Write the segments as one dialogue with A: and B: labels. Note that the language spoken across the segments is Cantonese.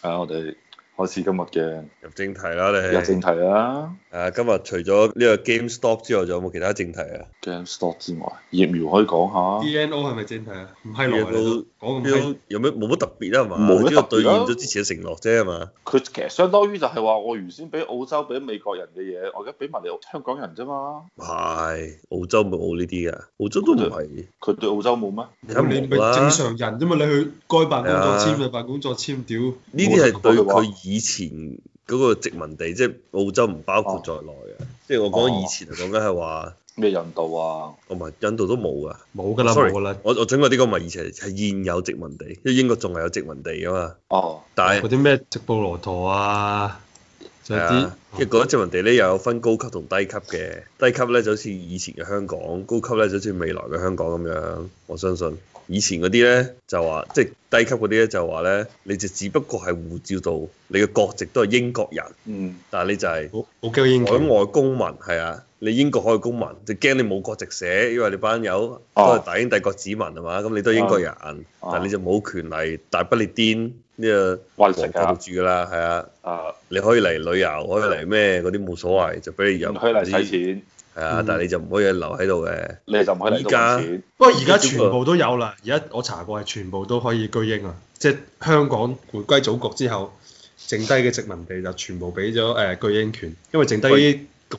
A: 啊，我哋開始今日嘅
B: 入正題啦，你
A: 入正題啦。
B: 啊，今日除咗呢個 GameStop 之外，仲有冇其他正題啊？
A: GameStop 之外，疫苗可以講
B: 嗯
A: 下，
C: DNO 係咪正題啊？唔係來啦，講咁閪
B: 都有咩冇乜特別啊係嘛？
A: 冇乜
B: 只不過
A: 特別
B: 兌
A: 啦
B: 現咗之前嘅承諾啫係嘛？
A: 佢其實相當於就係話我原先俾澳洲、俾美國人嘅嘢，我而家俾埋你香港人啫嘛。
B: 唔係，澳洲冇呢啲噶，澳洲都唔係，
A: 佢對澳洲冇咩？
B: 梗
C: 啊你咪
B: 冇啦
C: 正。常人啫嘛！你去該辦工作簽
B: 係
C: 咪辦工作簽，屌
B: 呢啲係對
A: 我哋話
B: 佢以前嗰個殖民地，即係澳洲唔包括在內
A: 哦
B: 嘅。即係我講以前嚟講緊係話，哦
A: 咩印度啊？
B: 我唔係印度都冇噶。
C: 冇㗎啦，冇
B: Sorry，
C: 㗎啦，
B: 我我準確啲講唔係以前，係現有殖民地，因為英國仲係有殖民地噶嘛。
A: 哦，
B: 但係
C: 嗰啲咩直布羅陀啊，仲
B: 係
C: 有啲
B: 啊，因為嗰啲殖民地咧又有分高級同低級嘅，低級咧就好似以前嘅香港，高級咧就好似未來嘅香港咁樣。我相信以前嗰啲咧就話，即係低級嗰啲咧就話咧，你就只不過係護照度你嘅國籍都係英國人，
A: 嗯，
B: 但係你就係
C: 好好驚英
B: 海
C: 國，
B: 外公民係啊，你英國海外公民就驚你冇國籍寫，因為你班友
C: 哦
B: 都係大英帝國子民係嘛，咁你都係英國人，但係你就冇權嚟大不列顛呢個
A: 喂
B: 皇
A: 食
B: 國
A: 啊
B: 度住㗎啦，係啊。
A: 啊，
B: 你可以嚟旅遊，可以嚟咩嗰啲冇所謂，就俾你入。
A: 唔可以嚟使，錢，
B: 係啊，
C: 嗯
B: 但係你就唔可以留喺度嘅。
A: 你就唔可以嚟
B: 依家
A: 攞錢。
C: 不過而家全部都有啦，而家我查過係全部都可以居英啊，即係香港回歸祖國之後，剩低嘅殖民地就全部俾咗誒居英權，因為剩低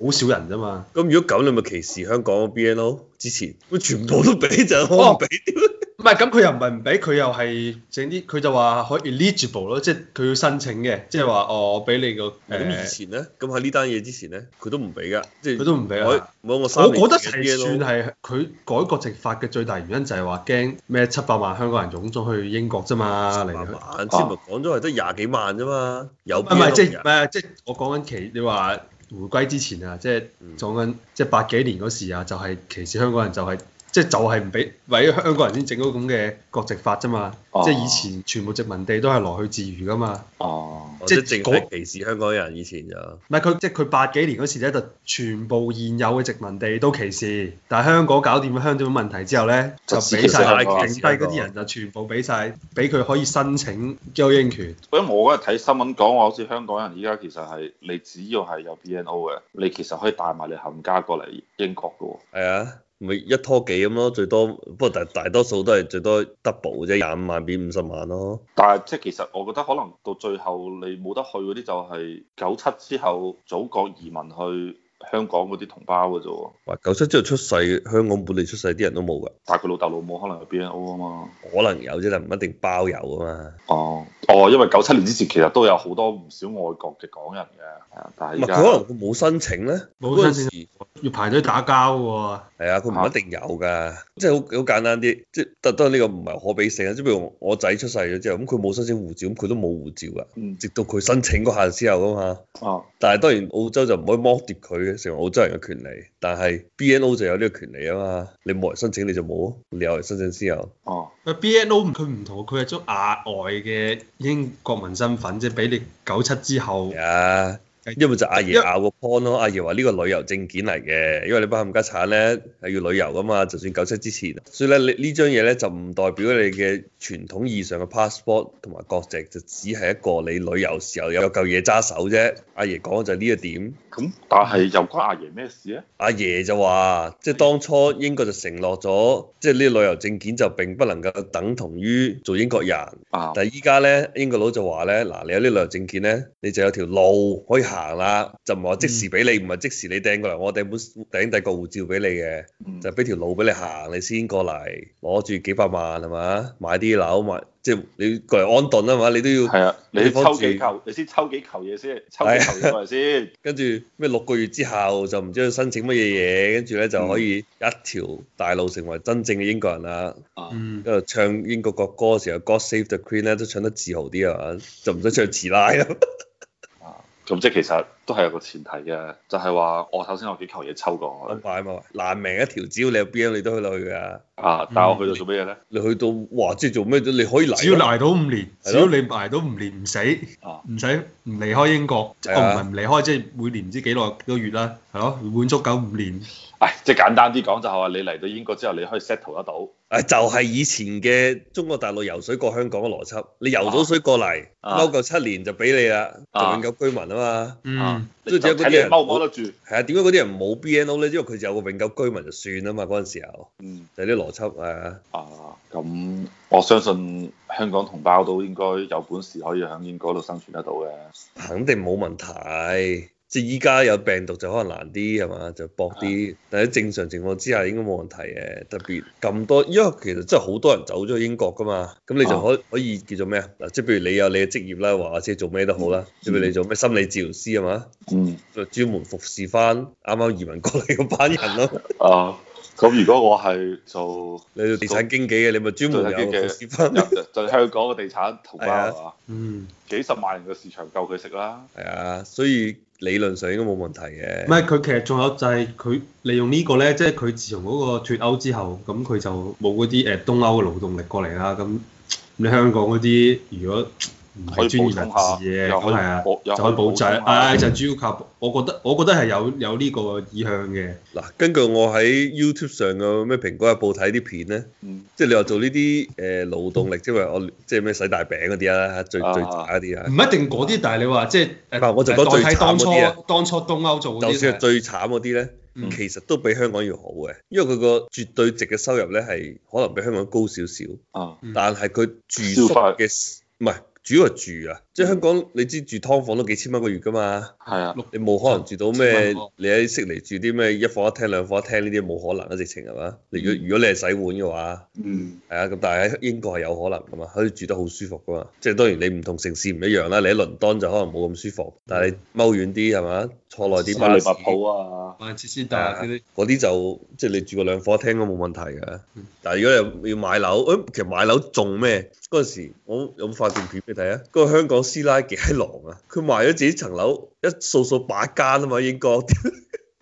C: 好少人啫嘛。
B: 咁如果咁，你咪歧視香港嘅啊 BNO 之前，咁全部都俾就我唔俾
C: 哦
B: 啲。
C: 唔係，咁佢又唔係唔俾，佢又係整啲，佢就話可以 eligible 咯，即係佢要申請嘅，即係話哦，我俾你個誒，
B: 咁以前咧，咁喺呢單嘢之前咧，佢都唔俾噶，即係
C: 佢都唔俾啊
B: 我我我三
C: 我
B: 年
C: 覺得
B: 前
C: 係
B: 嘅
C: 算
B: BNO
C: 係佢改國籍法嘅最大原因就係話驚咩七百萬香港人湧咗去英國啫嘛，嚟
B: 慢
C: 去
B: 慢，之前咪講咗係得廿幾萬啫嘛，有
C: 啊唔係唔係即
B: BNO
C: 係唔
B: 人
C: 係即係我講緊歧，你話回歸之前啊，即係
B: 嗯
C: 講緊即係八幾年嗰時啊，就係歧視香港人就係即係就係唔俾為咗香港人先整到咁嘅國籍法啫嘛，
A: 哦
C: 即係以前全部殖民地都係來去自如噶嘛。
A: 哦，
B: 或者
C: 即
B: 淨係
C: 係
B: 歧視香港人以前就
C: 唔係佢，即係佢八幾年嗰時咧，就全部現有嘅殖民地都歧視，但係香港搞掂咗香港問題之後咧，就
A: 就
C: 俾晒
A: 就
C: 剩低嗰啲人就全部俾晒，俾佢可以申請優英權。
A: 因為我嗰日睇新聞講話，好似香港人依家其實係你只要係有 BNO 嘅，你其實可以帶埋你冚家過嚟英國嘅喎。
B: 係啊，咪一拖幾咁咯，最多不過大大多數都係最多 double 啫，廿五萬變五十萬咯。
A: 但係即係其實我覺得可能到最後你冇得去嗰啲就係九七之後祖國移民去香港嗰啲同胞嘅啫喎，
B: 哇！九七之後出世，香港本地出世啲人都冇噶，
A: 但係佢老豆老母可能有 BNO 啊嘛。
B: 可能有啫，但唔一定包有啊嘛。
A: 哦，哦，因為九七年之前其實都有好多唔少外國嘅港人嘅，係啊但
B: 唔
A: 係而
B: 係佢可
A: 家
B: 能佢冇申請咧，
C: 冇申請
B: 請
C: 要排隊打交喎，
B: 係啊，佢唔一定有噶，即係好好簡單啲，即係但當然呢個唔係可比性啊。即係譬如我仔出世咗之後，咁佢冇申請護照，咁佢都冇護照噶，
A: 嗯
B: 直到佢申請嗰下先有噶嘛。
A: 哦
B: 但係當然澳洲就唔可以剝奪佢嘅成為澳洲人嘅權利，但係 BNO 就有呢個權利啊嘛。你冇人申請你就冇咯，你有人申請先有。
A: 哦
C: 佢 BNO 佢唔同，佢係種額外嘅英國民身份，即係俾你九七之後
B: 係啊，因為就阿爺拗個 point 咯，阿爺話呢個旅遊證件嚟嘅，因為你班冚家產咧係要旅遊噶嘛，就算九七之前，所以咧你呢張嘢咧就唔代表你嘅傳統意義上嘅 passport 同埋國籍，就只係一個你旅遊時候有嚿嘢揸手啫。阿爺講嘅就係呢一點。
A: 咁但係又關阿爺咩事咧？
B: 阿爺就話，即係當初英國就承諾咗，即係呢旅遊證件就並不能夠等同於做英國人。
A: 啊，
B: 但係依家咧，英國佬就話咧，嗱，你有呢旅遊證件咧，你就有條路可以行啦，就唔係話即時俾你，唔係即時你掟過嚟，我掟本掟第個護照俾你嘅，
A: 嗯
B: 就俾條路俾你行，你先過嚟，攞住幾百萬係嘛，買啲樓買，即係你過嚟安頓啊嘛，你都要
A: 係啊，你
B: 地方
A: 抽
B: 住
A: 幾球，你先抽幾球嘢先，抽幾
B: 係啊
A: 球嘢過嚟先。
B: 跟住咩六個月之後就唔知去申請乜嘢嘢，跟住咧就可以
A: 嗯
B: 一條大路成為真正嘅英國人啦。
A: 啊
C: 嗯。
B: 因為唱英國國歌嘅時候，God Save the Queen 咧都唱得自豪啲啊嘛，就唔使唱詞拉咯。
A: 咁即係其實都係有個前提嘅，就係話我首先有幾球嘢抽過
B: 我
A: 我
B: 買咪難命一條，只要你有 B M 你都可以去㗎。
A: 啊，但係我去到做咩嘢咧？
B: 你去到哇，即係做咩都你可以嚟咯。
C: 只要捱到五年，
B: 係咯
C: 只要你捱到五年唔死，
A: 啊
C: 唔使唔離開英國，即係
B: 係
C: 我唔
B: 啊
C: 係唔離開，即係每年唔知幾耐幾個月啦，係咯，滿足夠五年，
A: 唉，即係簡單啲講，就係話你嚟到英國之後，你可以 settle 得到
B: 誒啊就係以前嘅中國大陸游水過香港嘅邏輯，你游到水過嚟，
A: 啊
B: 踎夠七年就俾你啦，做
A: 啊
B: 永久居民啊嘛。
A: 啊
C: 嗯，，
A: 你就
B: 即係
A: 睇你踎唔踎得住。
B: 係啊，點解嗰啲人冇 BNO 咧？因為佢就有個永久居民就算啊嘛，嗰陣時候
A: 嗯
B: 就係啲邏輯啊。
A: 啊，咁我相信香港同胞都應該有本事可以喺英國度生存得到嘅。
B: 肯定冇問題。即係依家有病毒就可能難啲係嘛，就薄
A: 啊
B: 啲。但係喺正常情況之下應該冇問題嘅。特別咁多，因為其實真係好多人走咗去英國㗎嘛。咁
A: 啊
B: 你就可可以叫做咩啊？嗱，即係譬如你有你嘅職業啦，話即係做咩都好啦。即係譬如你做咩心理治療師係啊嘛，
A: 嗯。
B: 就專門服侍翻啱啱移民過嚟嗰班人 咯。
A: 啊，咁如果我係做
B: 你做地產經紀嘅，你咪專門
A: 地產經紀
B: 有服侍翻。
A: 就香港嘅地產同胞
B: 係
A: 啊，
C: 嗯，
A: 幾十萬人嘅市場夠佢食啦。
B: 係啊，所以理論上應該冇問題嘅
C: 唔。係佢其實仲有就係佢利用呢個咧，即係佢自從嗰個脱歐之後，咁佢就冇嗰啲誒東歐嘅勞動力過嚟啦，咁你香港嗰啲如果唔
A: 可以
C: 係專
A: 補
C: 業
A: 充
C: 人
A: 下，
C: 士嘅，
A: 又可
C: 咁
A: 以
C: 係啊。
A: 補又
C: 就可以保
A: 補
C: 仔，
A: 仔，
C: 係、就主要靠，我覺得我覺得係有有呢個意向嘅，
B: 嗱，根據我喺 YouTube 上嘅咩蘋果日報睇啲片咧，
A: 嗯
B: 即係你話做呢啲誒勞動力，即係話我即係咩洗大餅嗰啲啊，最
A: 啊
B: 最渣嗰啲
C: 唔
B: 啊，
C: 一定嗰啲，但係你話即係
B: 嗱我就講最
C: 代替當
B: 慘
C: 初
B: 嗰啲啊
C: 當初東歐做嗰
B: 就
C: 啲就
B: 算係
C: 係，
B: 最慘嗰啲咧，
C: 嗯
B: 其實都比香港要好嘅，因為佢個絕對值嘅收入咧係可能比香港高少少，
A: 啊，
C: 嗯
B: 但係佢住
A: 消
B: 宿
A: 費
B: 嘅唔係主要係住啊，即係香港你知住劏房都幾千蚊個月㗎嘛。
A: 係啊，
B: 你冇可能住到咩
C: 千蚊喎？
B: 你喺悉尼住啲咩一房一廳兩房一廳呢啲冇可能啊！直情係嘛？你如果如果你係洗碗嘅話，
A: 嗯，
B: 係啊，咁但係喺英國係有可能噶嘛，可以住得好舒服噶嘛。即係當然你唔同城市唔一樣啦，你喺倫敦就可能冇咁舒服，但
C: 嗯
B: 係你踎遠啲係嘛，坐耐啲
A: 啲利
B: 巴士
A: 物浦啊，
C: 曼徹斯特嗰啲，
B: 嗰啲就即係你住個兩房一廳都冇問題嘅
C: 嗯。
B: 但係如果你要買樓，誒其實買樓仲咩？嗰陣時我有冇發段片俾你睇啊？嗰個香港師奶幾閪狼啊！佢賣咗自己層樓一數數八間啊嘛，英國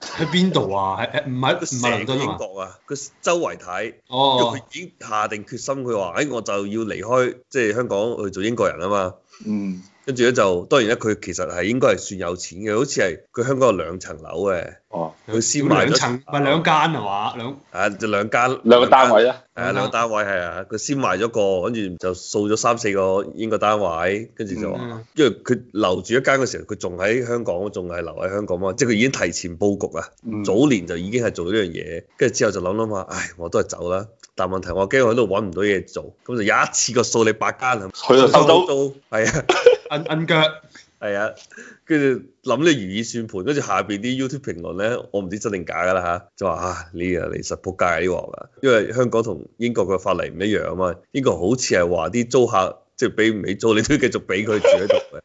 C: 喺邊度啊？喺喺 唔喺唔係
B: 成
C: 倫
B: 個
C: 敦啊
B: 英
C: 嘛？
B: 國啊，佢周圍睇。因為
C: 哦
B: 佢，已經下定決心，佢話：，誒、哎我就要離開即係香港去做英國人啊嘛。
A: 嗯，
B: 跟住咧就當然咧，佢其實係應該係算有錢嘅，好似係佢香港有兩層樓嘅，
A: 哦，
B: 佢先買
C: 兩
B: 咗
C: 層，唔係兩間係嘛？兩
B: 啊就兩間
A: 兩個單，位啦，
B: 係啊兩個單位係啊，佢先賣咗個，跟住就掃咗三四個英國單位，跟住就話，
C: 嗯
B: 因為佢留住一間嘅時候，佢仲喺香港，仲係留喺香港嘛，即係佢已經提前佈局啊。
A: 嗯
B: 早年就已經係做呢樣嘢，跟住之後就諗諗下，唉，我都係走啦。但問題我驚我喺度揾唔到嘢做，咁就一次過掃你八間係咪
A: 佢就收到，
B: 都係啊
C: 摁摁腳，
B: 係啊，跟住諗呢如意算盤，跟住下邊啲 YouTube 評論咧，我唔知真定假㗎啦嚇，就話啊呢個你實仆街呢鑊啊，因為香港同英國嘅法例唔一樣啊嘛，英國好似係話啲租客即係俾唔起租，你都要繼續俾佢住喺度嘅。
A: 啊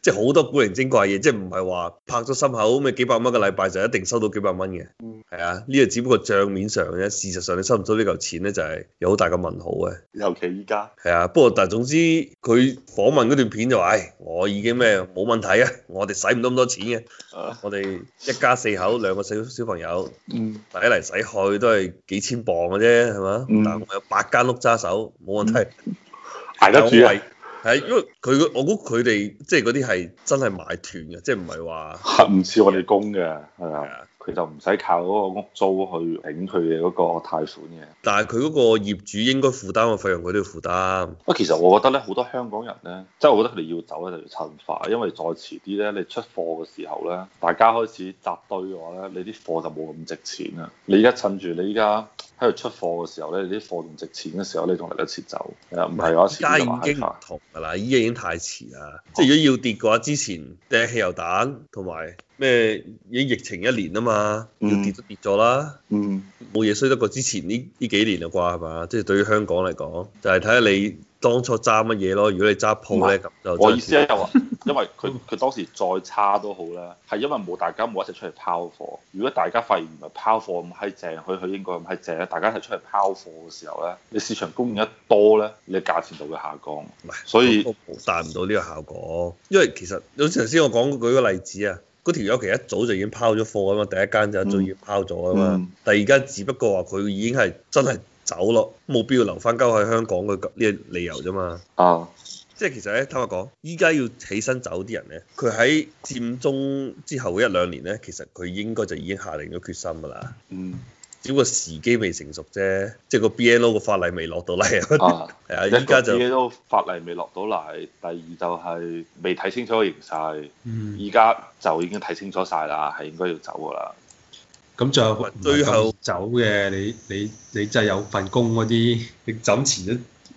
B: 即係好多古靈精怪嘢，即係唔係話拍咗心口咩幾百蚊個禮拜就一定收到幾百蚊嘅，
A: 嗯
B: 係啊，呢個只不過帳面上嘅啫，事實上你收唔收呢嚿錢咧就係有好大嘅問號嘅，
A: 尤其依家，
B: 係啊，不過但係總之佢訪問嗰段片就話，唉，我已經咩冇問題啊， 我哋使唔到咁多錢嘅，
A: 啊，
B: 我哋一家四口兩個小小朋友
A: 嗯，
B: 使嚟使去都係幾千磅嘅啫，係嘛？
A: 嗯
B: 但係我有八間屋揸手，冇問題。
A: 捱得住
B: 係
A: 啊，
B: 係因為佢個我估佢哋即係嗰啲係真係買斷嘅，即係唔係話
A: 唔似我哋供嘅，係
B: 係
A: 啊，
B: 啊。
A: 佢就唔使靠嗰個屋租去頂佢嘅嗰個貸款嘅。
B: 但係佢嗰個業主應該負擔嘅費用，佢都要負擔。
A: 不過其實我覺得咧，好多香港人咧，即係我覺得佢哋要走咧就要趁快，因為再遲啲咧，你出貨嘅時候咧，大家開始扎堆嘅話咧，你啲貨就冇咁值錢啦。你而家趁住你依家喺度出貨嘅時候咧，你啲貨唔值錢嘅時候，你仲嚟得切走，係啊，唔係嘅話
B: 而家
A: 錢就
B: 已經唔
A: 快。
B: 同㗎啦，依家已經太遲啦。即係如果要跌嘅話，之前掟汽油彈同埋咩已經疫情一年啊嘛，要
A: 嗯
B: 跌都跌咗啦，
A: 嗯，
B: 冇嘢衰得過之前呢呢幾年啦啊啩係嘛？即係對於香港嚟講，就係睇下你當初揸乜嘢咯。如果你揸鋪咧，咁就
A: 我
B: 真係
A: 意思咧就話，因為 佢佢當時再差都好啦，係因為冇大家冇一齊出去拋貨。如果大家發現唔係拋貨咁閪正，去去英國咁閪正咧，大家一齊出去拋貨嘅時候咧，你市場供應一多咧，你價錢就會下降。所以
B: 都達唔到呢個效果，因為其實好似頭先我講舉個例子啊，嗰條友其實一早就已經拋咗貨啊嘛，第一間就一早已經拋咗啊嘛
A: 嗯，
B: 第二間只不過話佢已經係真係走咯，冇必要留翻鳩喺香港嘅呢個理由啫嘛。
A: 啊，
B: 即係其實咧，坦白講，依家要起身走啲人咧，佢喺佔中之後嘅一兩年咧，其實佢應該就已經下定咗決心㗎啦，
A: 嗯
B: 只不過時機未成熟啫，即係個 BNO 個法例未落到嚟。
A: 啊，
B: 係啊，
A: 一個
B: 依家就
A: 自己都法例未落到嚟，第二就係未睇清楚個形勢，
C: 嗯，
A: 依家就已經睇清楚晒啦，係應該要走噶啦。
C: 咁最後
B: 最後
C: 走嘅，你你你真係有份工嗰啲，你枕錢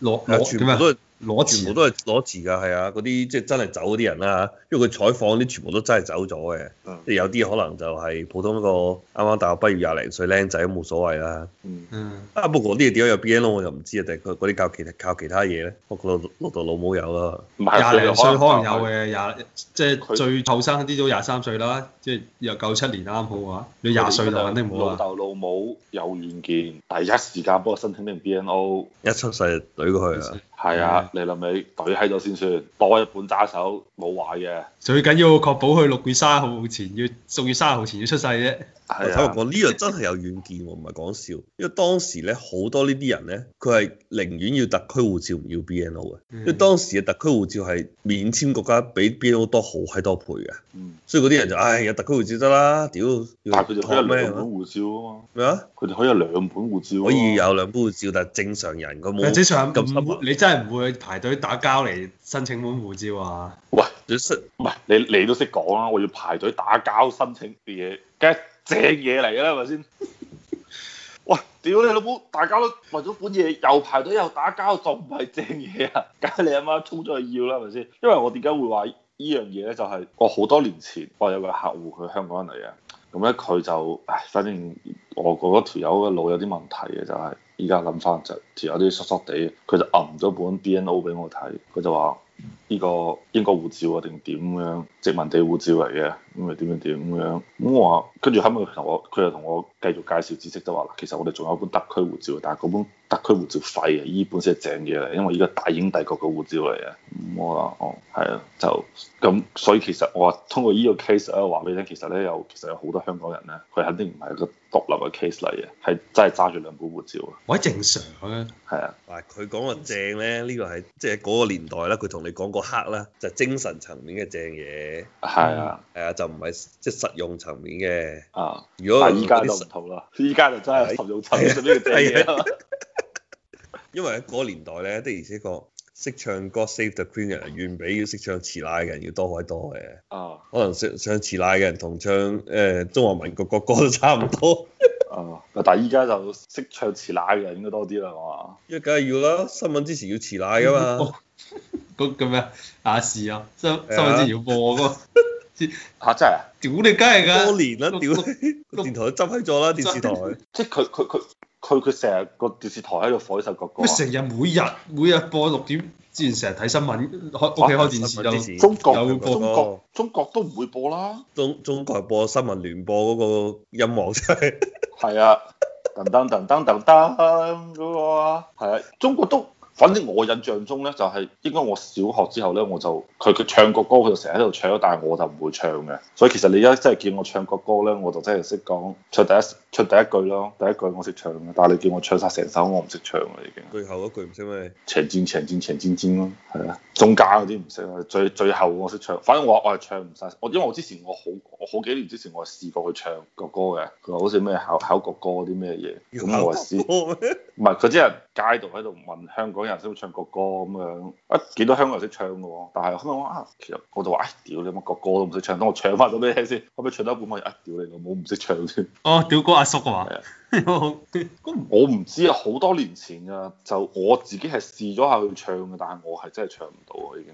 C: 都攞
B: 係
C: 攞
B: 全
C: 點啊
B: 部？都係
C: 攞
B: 全部
C: 錢
B: 都係攞字㗎，係啊，嗰啲即係真係走嗰啲人啦，因為佢採訪啲全部都真係走咗嘅，
A: 嗯
B: 即係有啲可能就係普通一個啱啱大學畢業廿零歲僆仔都冇所謂啦。
A: 嗯，
C: 嗯，
B: 啊，不過嗰啲嘢點解有 BNO 我就唔知啊，定係佢嗰啲靠其靠其他嘢咧？我覺得老豆老母有啦。
A: 唔係
C: 廿零歲可能有
A: 嘅，
C: 嘅，廿即係
A: 佢
C: 最後生啲都廿三歲啦，即係又九七年啱好嘅話，你廿歲就肯定冇啊
A: 老
C: 啦。
A: 豆老母有遠見，第一時間幫我申請定 BNO。
B: 一出世就懟過去啊！
A: 係啊，你諗尾懟喺咗先算，多一本揸手冇壞嘅。
C: 最緊要確保佢六月三號前要，六月三號前要出世啫。
B: 我
A: 係
B: 坦白
A: 啊，
B: 講，呢樣真係有遠見喎，唔係講笑。因為當時咧好多呢啲人咧，佢係寧願要特區護照唔要 BNO 嘅，因為
C: 嗯
B: 當時嘅特區護照係免簽國家比 BNO 多好閪多倍嘅。
A: 嗯，
B: 所以嗰啲人就唉有特區護照得啦，屌！
A: 但係佢哋可以有
B: 咩
A: 兩本
B: 啊
A: 護照啊嘛，
B: 咩啊？
A: 佢哋可以有兩本護照啊嘛。
B: 可以有兩本護照，但係正常人佢冇
C: 正常
B: 咁深啊入
C: 唔，你真係唔會排隊打交嚟申請本護照啊？
A: 喂，
B: 你識
A: 唔係你你都識講啦，我要排隊打交申請嘅嘢，梗係正嘢嚟㗎啦，係咪先？喂，屌你老母！大家都為咗本嘢又排隊又打交，仲唔係正嘢啊？ 梗係你阿媽衝咗去要啦，係咪先？因為我點解會話呢樣嘢咧？就係、我好多年前我有個客戶，佢香港人嚟嘅，咁咧佢就唉，反正我嗰條友嘅腦有啲問題嘅，就係依家諗翻就條友啲疏疏地，佢就揞咗本 BNO 俾我睇，佢就話。呢個英國護照啊，定點咁樣殖民地護照嚟嘅，咁咪點點點咁樣。咁我話，跟住後尾佢同我，佢又同我繼續介紹知識，就話嗱，其實我哋仲有一本特區護照，但係嗰本特區護照廢嘅，依本先係正嘢嚟，因為依個大英帝國嘅護照嚟嘅。咁我話，哦，係啊，就咁，所以其實我話通過呢個 case 咧，話俾你聽，其實咧有其實有好多香港人咧，佢肯定唔係一個獨立嘅 case 嚟嘅，係真係揸住兩本護照啊，
C: 我正常啊，
A: 係啊，
B: 嗱佢講話正咧，呢個係即係嗰個年代啦，佢同你講個黑啦，就係精神層面嘅正嘢，
A: 係啊，
B: 係啊，就唔係即係實用層面嘅。
A: 啊。
B: 如果
A: 但係依家
B: 嗰啲
A: 就
B: 實
A: 唔同啦， 依家就真係啊十用七用呢個正嘢 啦。
B: 因為喺嗰個年代咧，的而且確識唱歌 Save the Queen 嘅人，遠比要識唱詞奶嘅人要多好多嘅。
A: 啊
B: 可能唱唱詞奶嘅人同唱誒、呃中華民國國歌都差唔多，
A: 啊！但係依家就識唱詞奶嘅人應該多啲啦，係嘛？
B: 因為梗係要啦，新聞之前要詞奶噶嘛。
C: 嗰個咩亞視啊，新新聞之前要播嗰個，
A: 嚇真係啊！
C: 屌你梗係
B: 多
C: 㗎，
B: 年啦，屌！ 個電台都執起咗啦，電視 台。
A: 即係佢佢佢佢佢成日個電視台喺度放呢首國歌啊
C: 佢成日每日每日播六點，之前成日睇新聞，開屋企開電視就
A: 中國
C: 有
A: 中
C: 播
A: 國中國都唔會播啦。
B: 中中國播新聞聯播嗰個音樂真係，
A: 係啊，噔噔噔噔噔噔嗰個啊，係啊，中國都。反正我印象中咧，就係、應該我小學之後咧，我就佢佢唱國歌，佢就成日喺度唱，但係我就唔會唱嘅。所以其實你而家真係見我唱國歌咧，我就真係識講唱第一唱第一句咯，第一句我識唱嘅，但係你叫我唱晒成首，我唔識唱啦已經。
B: 最後嗰句唔識 咩？
A: 長戰長戰長戰戰咯，係啊，中間嗰啲唔識啊，最最後我識唱，反正我我係唱唔晒。我因為我之前我好我好幾年之前我係試過去唱國歌嘅，佢話好似咩考考國歌嗰啲咩嘢，咁我係試，
B: 歌哦咩？
A: 唔係佢啲人街度喺度問香港人識唔識唱國歌咁樣，啊幾多香港人識唱嘅喎，但係香港啊，其實我就話唉屌你乜國歌都唔識唱，等我唱翻咗俾你聽先，可唔可以唱到一半我唉屌你老母唔識唱先。
C: 哦，屌嗰阿叔啊嘛
A: 係啊，
C: 咁唔
A: 我唔知啊，好多年前啊，就我自己係試咗下去唱嘅，但係我係真係唱唔到啊，已經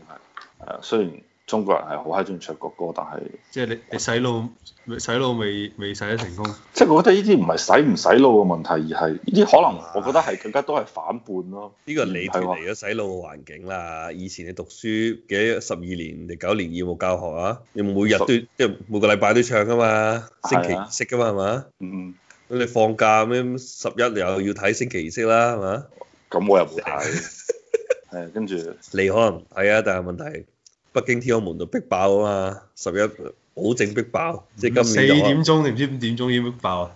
A: 係誒。雖然中國人係好閪中意唱國歌，但係
C: 即係你你洗腦洗腦未未洗得成功，
A: 即係我覺得呢啲唔係洗唔洗腦嘅問題，而係呢啲可能我覺得係更加多係反叛咯。
B: 呢個你
A: 唔係
B: 脱
A: 喎
B: 離咗洗腦嘅環境啦。以前你讀書嘅十二年定九年義務教學啊，你每日都即係每個禮拜都唱噶嘛，
A: 啊
B: 星期儀式噶嘛係嘛？
A: 嗯，
B: 咁你放假咩十一又要睇星期儀式啦係嘛？
A: 咁我又冇睇。係跟住
B: 你可能唔睇啊，但係問題北京天安門就逼爆啊嘛，十一保證逼爆，即係今
C: 四
B: 年就可能
C: 點鐘定唔知五點鐘已經爆啊！